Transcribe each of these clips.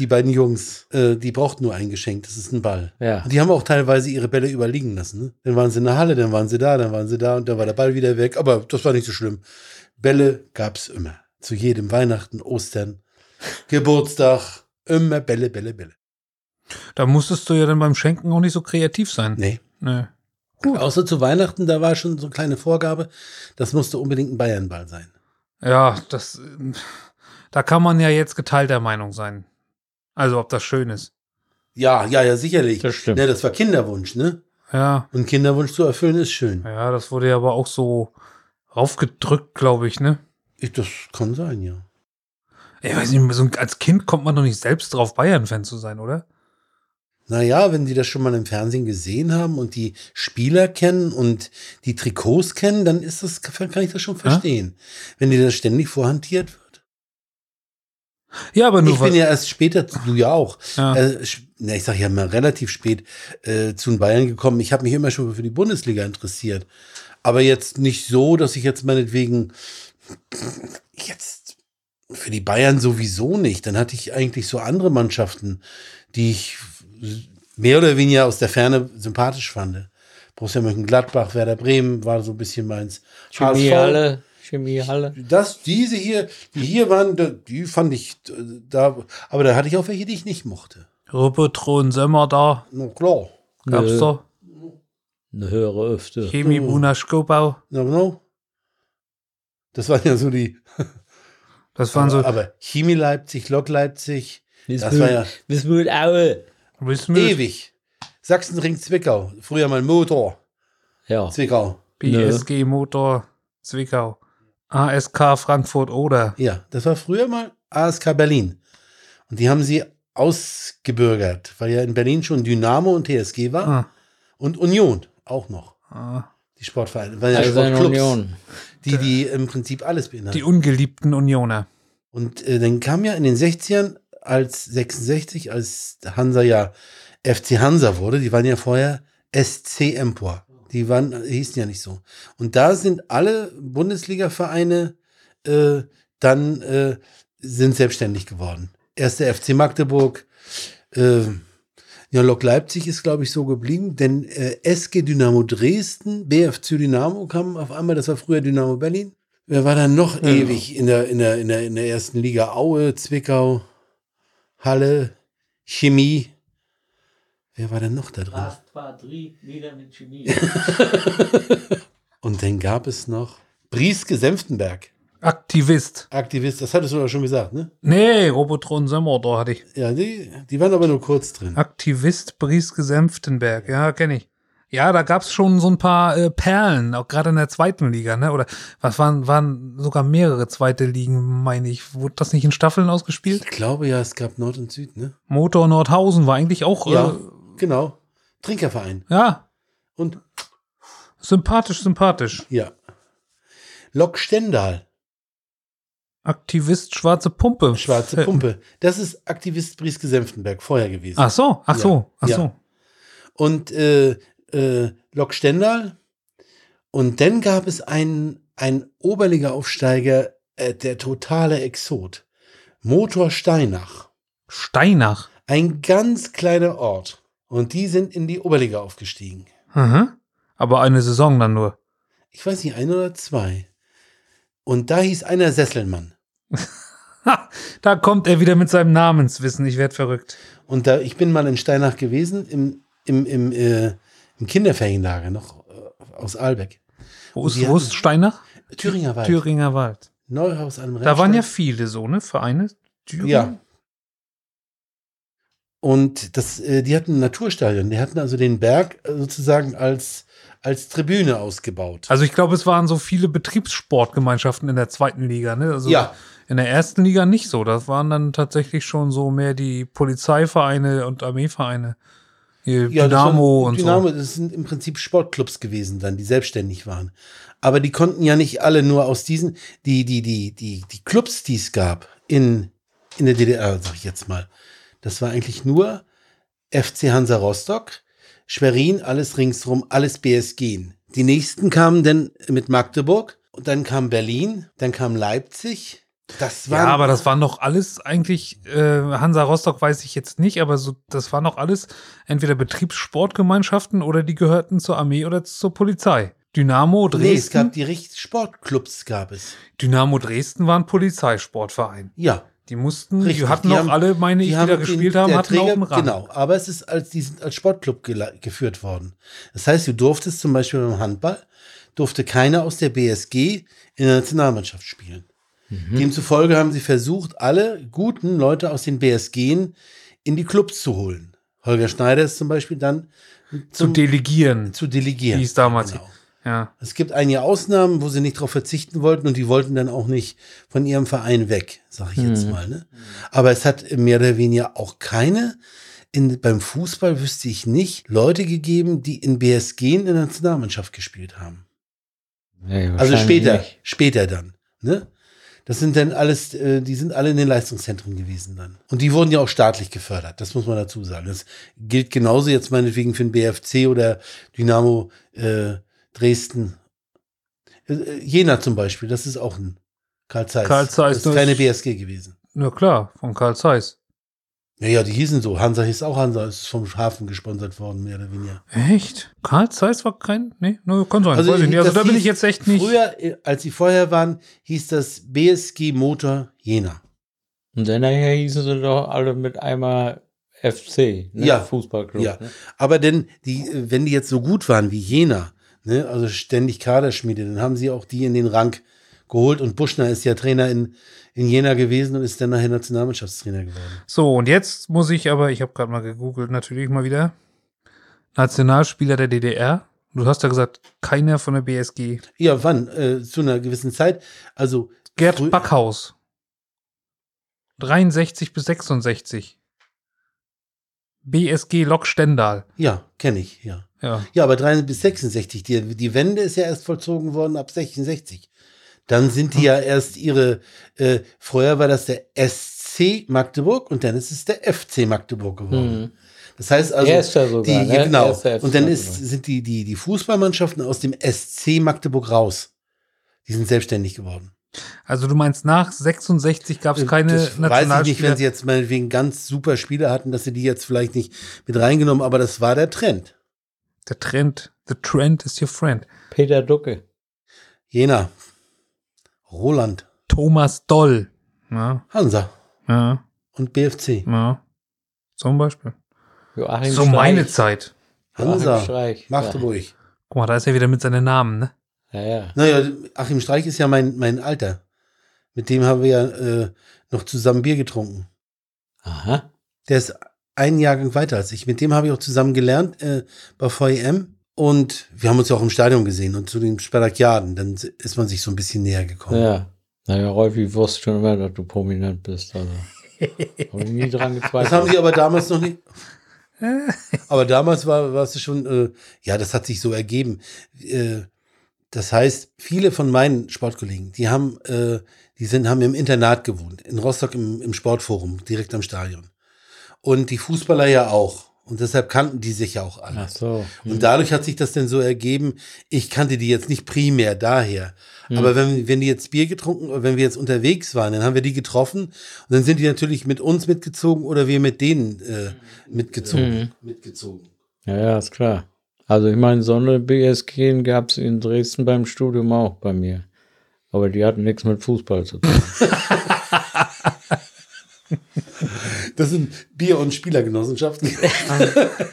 Die beiden Jungs, äh, die brauchten nur ein Geschenk, das ist ein Ball. Ja. Und die haben auch teilweise ihre Bälle überliegen lassen. Ne? Dann waren sie in der Halle, dann waren sie da, dann waren sie da und dann war der Ball wieder weg. Aber das war nicht so schlimm. Bälle gab es immer. Zu jedem Weihnachten, Ostern, Geburtstag. Immer Bälle, Bälle, Bälle. Da musstest du ja dann beim Schenken auch nicht so kreativ sein. Nee. Nee. Außer zu Weihnachten, da war schon so eine kleine Vorgabe, das musste unbedingt ein Bayernball sein. Ja, das. äh, Da kann man ja jetzt geteilter Meinung sein. Also, ob das schön ist. Ja, ja, ja, sicherlich. Das stimmt. Ne, das war Kinderwunsch, ne? Ja. Und Kinderwunsch zu erfüllen ist schön. Ja, das wurde ja aber auch so aufgedrückt, glaube ich, ne? Ich, das kann sein, ja. Ich weiß nicht, so ein- als Kind kommt man doch nicht selbst drauf, Bayern-Fan zu sein, oder? Naja, wenn die das schon mal im Fernsehen gesehen haben und die Spieler kennen und die Trikots kennen, dann ist das, kann ich das schon verstehen. Wenn dir das ständig vorhantiert wird. Ja, aber nur Ich bin weil- ja erst später, du ja auch, Ja. äh, sch- na, ich sage ja mal relativ spät äh, zu den Bayern gekommen. Ich habe mich immer schon für die Bundesliga interessiert. Aber jetzt nicht so, dass ich jetzt meinetwegen jetzt für die Bayern sowieso nicht. Dann hatte ich eigentlich so andere Mannschaften, die ich mehr oder weniger aus der Ferne sympathisch fand. Borussia Mönchengladbach, Werder Bremen war so ein bisschen meins. HSV, Chemiehalle, Chemiehalle. das, diese hier, die hier waren, da- die fand ich äh, da, aber da hatte ich auch welche, die ich nicht mochte. Rüppetron, Sömmer da, Na klar. gab's Nö. da. Eine höhere Öfte. Chemie, Oh. Buna, Skobau. Na genau. Das waren ja so die. Das waren so. aber Chemie Leipzig, Lok Leipzig, das Wismut, war ja Wismut Aue. Wismut, ewig. Sachsenring Zwickau, früher mal Motor, Ja. Zwickau. BSG Motor, Zwickau. ASK Frankfurt oder. Ja, das war früher mal ASK Berlin. Und die haben sie ausgebürgert, weil ja in Berlin schon Dynamo und TSG war Ah, und Union auch noch. ah. Die Sportvereine, weil ja Also Eiserne Sportclubs, Union. die die im Prinzip alles beinhalten. Die ungeliebten Unioner. Und äh, dann kam ja in den 60ern, als 66, als Hansa ja FC Hansa wurde, die waren ja vorher SC Empor. Die waren, hießen ja nicht so. Und da sind alle Bundesliga-Vereine äh, dann äh, sind selbstständig geworden. Erst der FC Magdeburg, äh, ja, Lok Leipzig ist, glaube ich, so geblieben, denn äh, SG Dynamo Dresden, BFC Dynamo kam auf einmal, das war früher Dynamo Berlin. Wer war dann noch ewig in der, in, der, in, der, in der ersten Liga? Aue, Zwickau, Halle, Chemie. Wer war denn noch da drin? wieder mit Chemie. Und dann gab es noch Brieske Senftenberg, Aktivist. Aktivist. Das hattest du ja schon gesagt, ne? Nee, Robotron Sömmer da hatte ich. Ja, die, die waren aber nur kurz drin. Aktivist Brieske Senftenberg, ja, kenne ich. Ja, da gab es schon so ein paar äh, Perlen, auch gerade in der zweiten Liga, ne? Oder was waren, waren sogar mehrere zweite Ligen, meine ich. Wurde das nicht in Staffeln Ich ausgespielt? glaube ja, es gab Nord und Süd, ne? Motor Nordhausen war eigentlich auch, Ja, äh, genau. Trinkerverein. ja, Und sympathisch, sympathisch. ja. Lok Stendal, Aktivist Schwarze Pumpe. schwarze Äh, Pumpe. Das ist Aktivist Brieske Senftenberg vorher gewesen. Ach so, ach so, Ja, ach ja. so. und äh, äh, Lok Stendal. Und dann gab es einen, einen Oberliga-Aufsteiger, äh, der totale Exot. Motor Steinach. Steinach. Ein ganz kleiner Ort. Und die sind in die Oberliga aufgestiegen. Mhm. Aber eine Saison dann nur. Ich weiß nicht, ein oder zwei. Und da hieß einer Sesselmann. Ha, da kommt er wieder mit seinem Namenswissen. Ich werd verrückt. Und da, ich bin mal in Steinach gewesen, im, im, im, äh, im Kinderferienlager noch äh, aus Albeck. Wo ist, Die wo hatten- ist Steinach? Thüringer Wald. Thüringer Wald. Neuhaus an Da waren ja viele so, ne? Vereine. Thüringen. Ja. Und das, äh, die hatten ein Naturstadion. Die hatten also den Berg äh, sozusagen als, als Tribüne ausgebaut. Also ich glaube, es waren so viele Betriebssportgemeinschaften in der zweiten Liga, ne? Also Ja. in der ersten Liga nicht so. Das waren dann tatsächlich schon so mehr die Polizeivereine und Armeevereine. Hier Ja, das Dynamo waren- und Dynamo, das sind im Prinzip Sportclubs gewesen dann, die selbstständig waren. Aber die konnten ja nicht alle nur aus diesen, die, die, die, die, die Clubs, die es gab in, in der DDR, sag ich jetzt mal. Das war eigentlich nur FC Hansa Rostock, Schwerin, alles ringsrum, alles BSG. Die nächsten kamen dann mit Magdeburg und dann kam Berlin, dann kam Leipzig. Das so. war Ja, aber das waren doch alles eigentlich, äh, Hansa Rostock weiß ich jetzt nicht, aber so, das waren doch alles entweder Betriebssportgemeinschaften oder die gehörten zur Armee oder zur Polizei. Dynamo nee, es Dresden. gab die richtig Sportclubs gab es. Dynamo Dresden war ein Polizeisportverein. Ja. Die mussten, Richtig, die hatten die auch haben- alle, meine ich, die, da den- gespielt haben, der hatten auch einen Rang. Genau, aber es ist als, die sind als Sportclub gele- geführt worden. Das heißt, du durftest zum Beispiel beim Handball, durfte keiner aus der BSG in der Nationalmannschaft spielen. Mhm. Demzufolge haben sie versucht, alle guten Leute aus den BSG in die Clubs zu holen. Holger Schneider ist zum Beispiel dann Zu zum- delegieren. zu delegieren. hieß damals. Genau. Ja. Es gibt einige Ausnahmen, wo sie nicht darauf verzichten wollten und die wollten dann auch nicht von ihrem Verein weg, sage ich jetzt mal. Ne? Aber es hat mehr oder weniger auch keine, in, beim Fußball wüsste ich nicht, Leute gegeben, die in BSG in der Nationalmannschaft gespielt haben. Nee, Also wahrscheinlich später, nicht. später dann. Ne? Das sind dann alles, äh, die sind alle in den Leistungszentren gewesen dann. Und die wurden ja auch staatlich gefördert, das muss man dazu sagen. Das gilt genauso jetzt meinetwegen für den BFC oder Dynamo äh, Dresden. Äh, äh, Jena zum Beispiel, das ist auch ein Karl Zeiss. Carl Zeiss, das das- ist keine BSG gewesen. Na klar, von Karl Zeiss. Naja, die hießen so. Hansa hieß auch Hansa, ist vom Hafen gesponsert worden, mehr oder weniger. Echt? Karl Zeiss war kein. Nee, ne, kann sein. Also, Weiß ich nicht. das also da bin hieß- ich jetzt echt nicht. Früher, äh, als sie vorher waren, hieß das BSG Motor Jena. Und dann nachher hießen sie doch alle mit einmal FC, ne? Ja. Fußballclub. Ja. Ne? Aber denn, die, äh, wenn die jetzt so gut waren wie Jena, ne, also ständig Kaderschmiede, dann haben sie auch die in den Rang geholt und Buschner ist ja Trainer in, in Jena gewesen und ist dann nachher Nationalmannschaftstrainer geworden. So, und jetzt muss ich aber, ich habe gerade mal gegoogelt, natürlich mal wieder. Nationalspieler der DDR. Du hast ja gesagt, keiner von der BSG. Ja, wann? Äh, zu einer gewissen Zeit. Also Gerd Frü- Backhaus. 63 bis 66. BSG Lok Stendal. ja, kenne ich, ja. Ja. Ja, aber 3 bis 66, die, die Wende ist ja erst vollzogen worden ab 66. Dann sind die ja erst ihre, äh, vorher war das der SC Magdeburg und dann ist es der FC Magdeburg geworden. Mhm. Das heißt also, Erster sogar, die, ne? genau. Erster FC und dann ist, Magdeburg. sind die, die, die Fußballmannschaften aus dem SC Magdeburg raus. Die sind selbstständig geworden. Also du meinst, nach 66 gab es keine Äh, das weiß ich nicht, wenn sie Nationalspieler. jetzt meinetwegen ganz super Spieler hatten, dass sie die jetzt vielleicht nicht mit reingenommen, aber das war der Trend. Der Trend, the trend is your friend. Peter Ducke. Jena, Roland, Thomas Doll. Ja, Hansa ja, und BFC. ja. Zum Beispiel. Joachim so Streich. meine Zeit. Joachim Hansa, Streich. Magdeburg. Guck mal, da ist er wieder mit seinen Namen, ne? Ja, ja. Naja, Achim Streich ist ja mein, mein Alter. Mit dem haben wir ja äh, noch zusammen Bier getrunken. Aha. Der ist ein Jahrgang weiter als ich. Mit dem habe ich auch zusammen gelernt äh, bei VEM. Und wir haben uns ja auch im Stadion gesehen und zu den Spadakiaden. Dann ist man sich so ein bisschen näher gekommen. Ja. Naja, Rolfi wusste schon immer, dass du prominent bist. Also. Hab ich nie dran Das haben gezweifelt. sie aber damals noch nicht. Aber damals war, warst du schon, äh, ja, das hat sich so ergeben. Äh, das heißt, viele von meinen Sportkollegen, die haben, äh, die sind, haben im Internat gewohnt, in Rostock im, im Sportforum, direkt am Stadion. Und die Fußballer ja auch. Und deshalb kannten die sich ja auch alle. Ach so. Hm. Und Also dadurch hat sich das denn so ergeben, ich kannte die jetzt nicht primär daher. Aber wenn, wenn die jetzt Bier getrunken oder wenn wir jetzt unterwegs waren, dann haben wir die getroffen und dann sind die natürlich mit uns mitgezogen oder wir mit denen äh, mitgezogen. Mhm. Mitgezogen. Ja, ja, ist klar. Also ich meine, so eine BSG gab es in Dresden beim Studium auch bei mir. Aber die hatten nichts mit Fußball zu tun. Das sind Bier- und Spielergenossenschaften.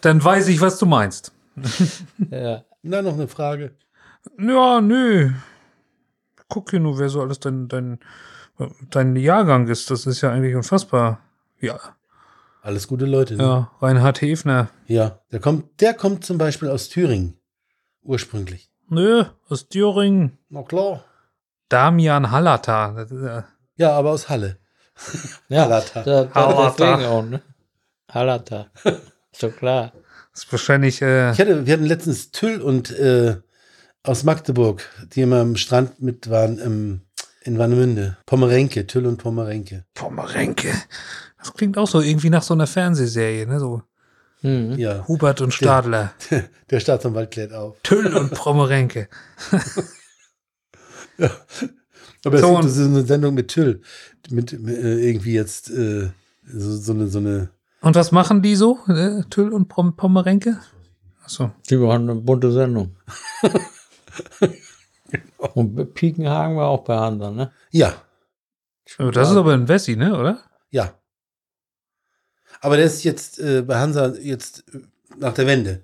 Dann weiß ich, was du meinst. ja. Na, noch eine Frage. Ja, nö. Guck hier nur, wer so alles dein, dein, dein Jahrgang ist. Das ist ja eigentlich unfassbar. Ja, Alles gute Leute. Ne? ja Reinhard Hefner. ja. Der kommt, der kommt zum Beispiel aus Thüringen. Ursprünglich. Nö, aus Thüringen. Na klar. Damian Hallata. Das ist äh, ja- Ja, aber aus Halle. Ja, Halata. Da, da, Halata. deswegen auch, ne? Halata. Ist doch klar. ist wahrscheinlich, äh, Ich hatte, wir hatten letztens Tüll und äh, aus Magdeburg, die immer am Strand mit waren im, in Warnemünde. Pommerenke, Tüll und Pommerenke. Pomerenke. Das klingt auch so irgendwie nach so einer Fernsehserie, ne? So Mhm. Ja, Hubert und Stadler. der Staatsanwalt klärt auf. Tüll und Pomerenke. Aber es So, gibt und- das ist eine Sendung mit Tüll, mit, mit äh, irgendwie jetzt äh, so, so eine, so eine Und was machen die so, äh, Tüll und Pom Pomerenke? Achso. Die waren eine bunte Sendung. Und Piekenhagen war auch bei Hansa, ne? ja, Aber Das ist aber ein Wessi, ne, oder? ja. Aber der ist jetzt äh, bei Hansa jetzt äh, nach der Wende,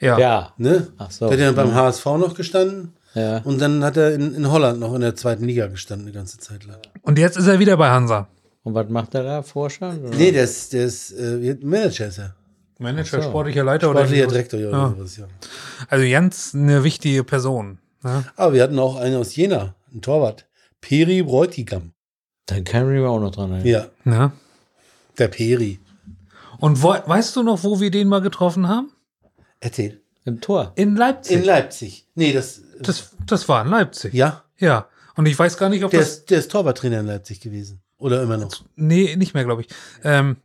Ja. Ja. ne? Ach so. Der hat ja beim HSV noch gestanden ja. und dann hat er in, in Holland noch in der zweiten Liga gestanden, eine ganze Zeit lang. Und jetzt ist er wieder bei Hansa. Und was macht er da? Vorstand? Oder? Nee, der ist, der ist äh, Manager ist er. Manager, Ach so. sportlicher Leiter Sportlicher oder Direktor ja. Ja. oder sowas, ja. Also Jans eine wichtige Person. Ne? Aber wir hatten auch einen aus Jena, einen Torwart. Peri Bräutigam. Dann kann ich mich auch noch dran erinnern. Ja, Ne? der Peri. Und wo, weißt du noch, wo wir den mal getroffen haben? Erzähl. Im Tor. In Leipzig. In Leipzig. Nee, das. das, das war in Leipzig. ja, Ja. Und ich weiß gar nicht, ob der das. ist, der ist Torwarttrainer in Leipzig gewesen. Oder immer noch. Nee, nicht mehr, glaube ich. Ähm,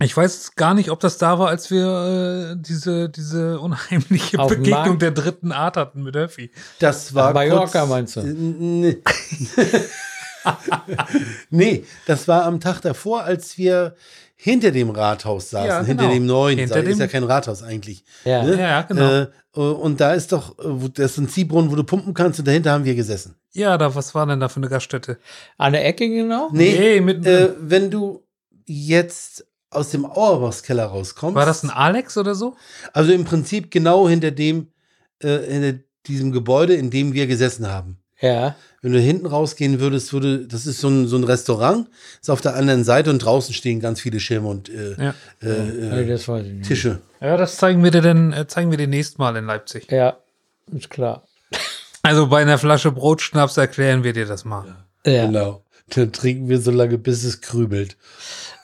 ich weiß gar nicht, ob das da war, als wir äh, diese, diese unheimliche Auf dem Begegnung Markt? der dritten Art hatten mit Öffi. Das war. Mallorca, kurz, meinst du? Nee. nee, das war am Tag davor, als wir hinter dem Rathaus saßen, Ja, hinter genau. dem neuen. Hinter Hinter dem ist ja dem- kein Rathaus eigentlich. Ja. Ne? Ja, genau. Äh, und da ist doch, äh, wo- das ist ein Ziehbrunnen, wo du pumpen kannst und dahinter haben wir gesessen. Ja, da, was war denn da für eine Gaststätte? An der Ecke genau? Nee, Nee, mit- äh, wenn du jetzt aus dem Auerbachskeller rauskommst. War das ein Alex oder so? Also im Prinzip genau hinter dem, äh, hinter diesem Gebäude, in dem wir gesessen haben. Ja. Wenn du hinten rausgehen würdest, würde, das ist so ein, so ein Restaurant, ist auf der anderen Seite und draußen stehen ganz viele Schirme und äh, Ja. äh, Nee, äh, das weiß ich nicht. Tische. Ja, das zeigen wir dir denn, äh, zeigen wir dir nächstes Mal in Leipzig. Ja, ist klar. Also bei einer Flasche Brotschnaps erklären wir dir das mal. Ja. Genau. Dann trinken wir so lange, bis es krübelt.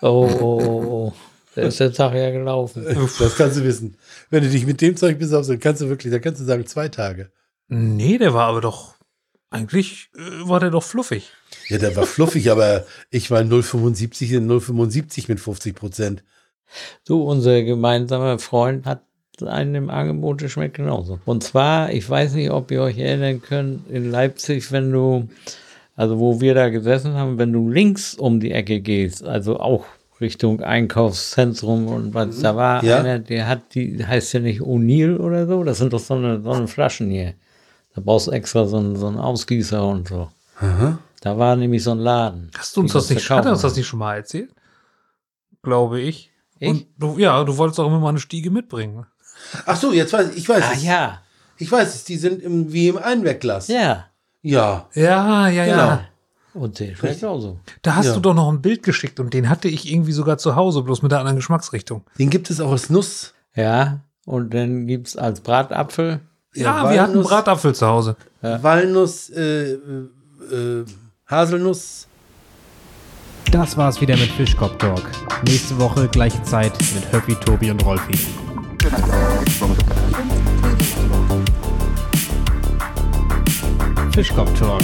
Oh, oh, oh, oh. Da ist der Tag ja gelaufen. Das kannst du wissen. Wenn du dich mit dem Zeug besaufst, dann kannst du wirklich, dann kannst du sagen, zwei Tage. Nee, der war aber doch. Eigentlich äh, war der doch fluffig. Ja, der war fluffig, aber ich war 0,75 in 0,75 mit 50 Prozent. Du, unser gemeinsamer Freund hat einen im Angebot, der schmeckt genauso. Und zwar, ich weiß nicht, ob ihr euch erinnern könnt, in Leipzig, wenn du, also wo wir da gesessen haben, wenn du links um die Ecke gehst, also auch Richtung Einkaufszentrum und was, Mhm. da war Ja. einer, der hat die, heißt ja nicht O'Neill oder so, das sind doch so eine, so eine Flaschen hier. Da brauchst du extra so einen, so einen Ausgießer und so. Da war nämlich so ein Laden. Hast du uns die das nicht, hat verkaufen. er uns das nicht schon mal erzählt? Glaube ich. Ich? Und du, ja, du wolltest auch immer mal eine Stiege mitbringen. Ach so, jetzt weiß ich, ich weiß Ah es. ja, Ich weiß es, die sind im, wie im Einwegglas. ja. Ja. Ja, ja, ja. Und der schmeckt auch so. Da hast Genau. Ja. du doch noch ein Bild geschickt und den hatte ich irgendwie sogar zu Hause, bloß mit der anderen Geschmacksrichtung. Den gibt es auch als Nuss. Ja, und dann gibt es als Bratapfel. Ja, Ja, wir hatten Walnuss. Bratapfel zu Hause. Walnuss, äh, äh, Haselnuss. Das war's wieder mit Fischkopf Talk. Nächste Woche gleiche Zeit mit Höppi, Tobi und Rolfi. Fischkopf Talk,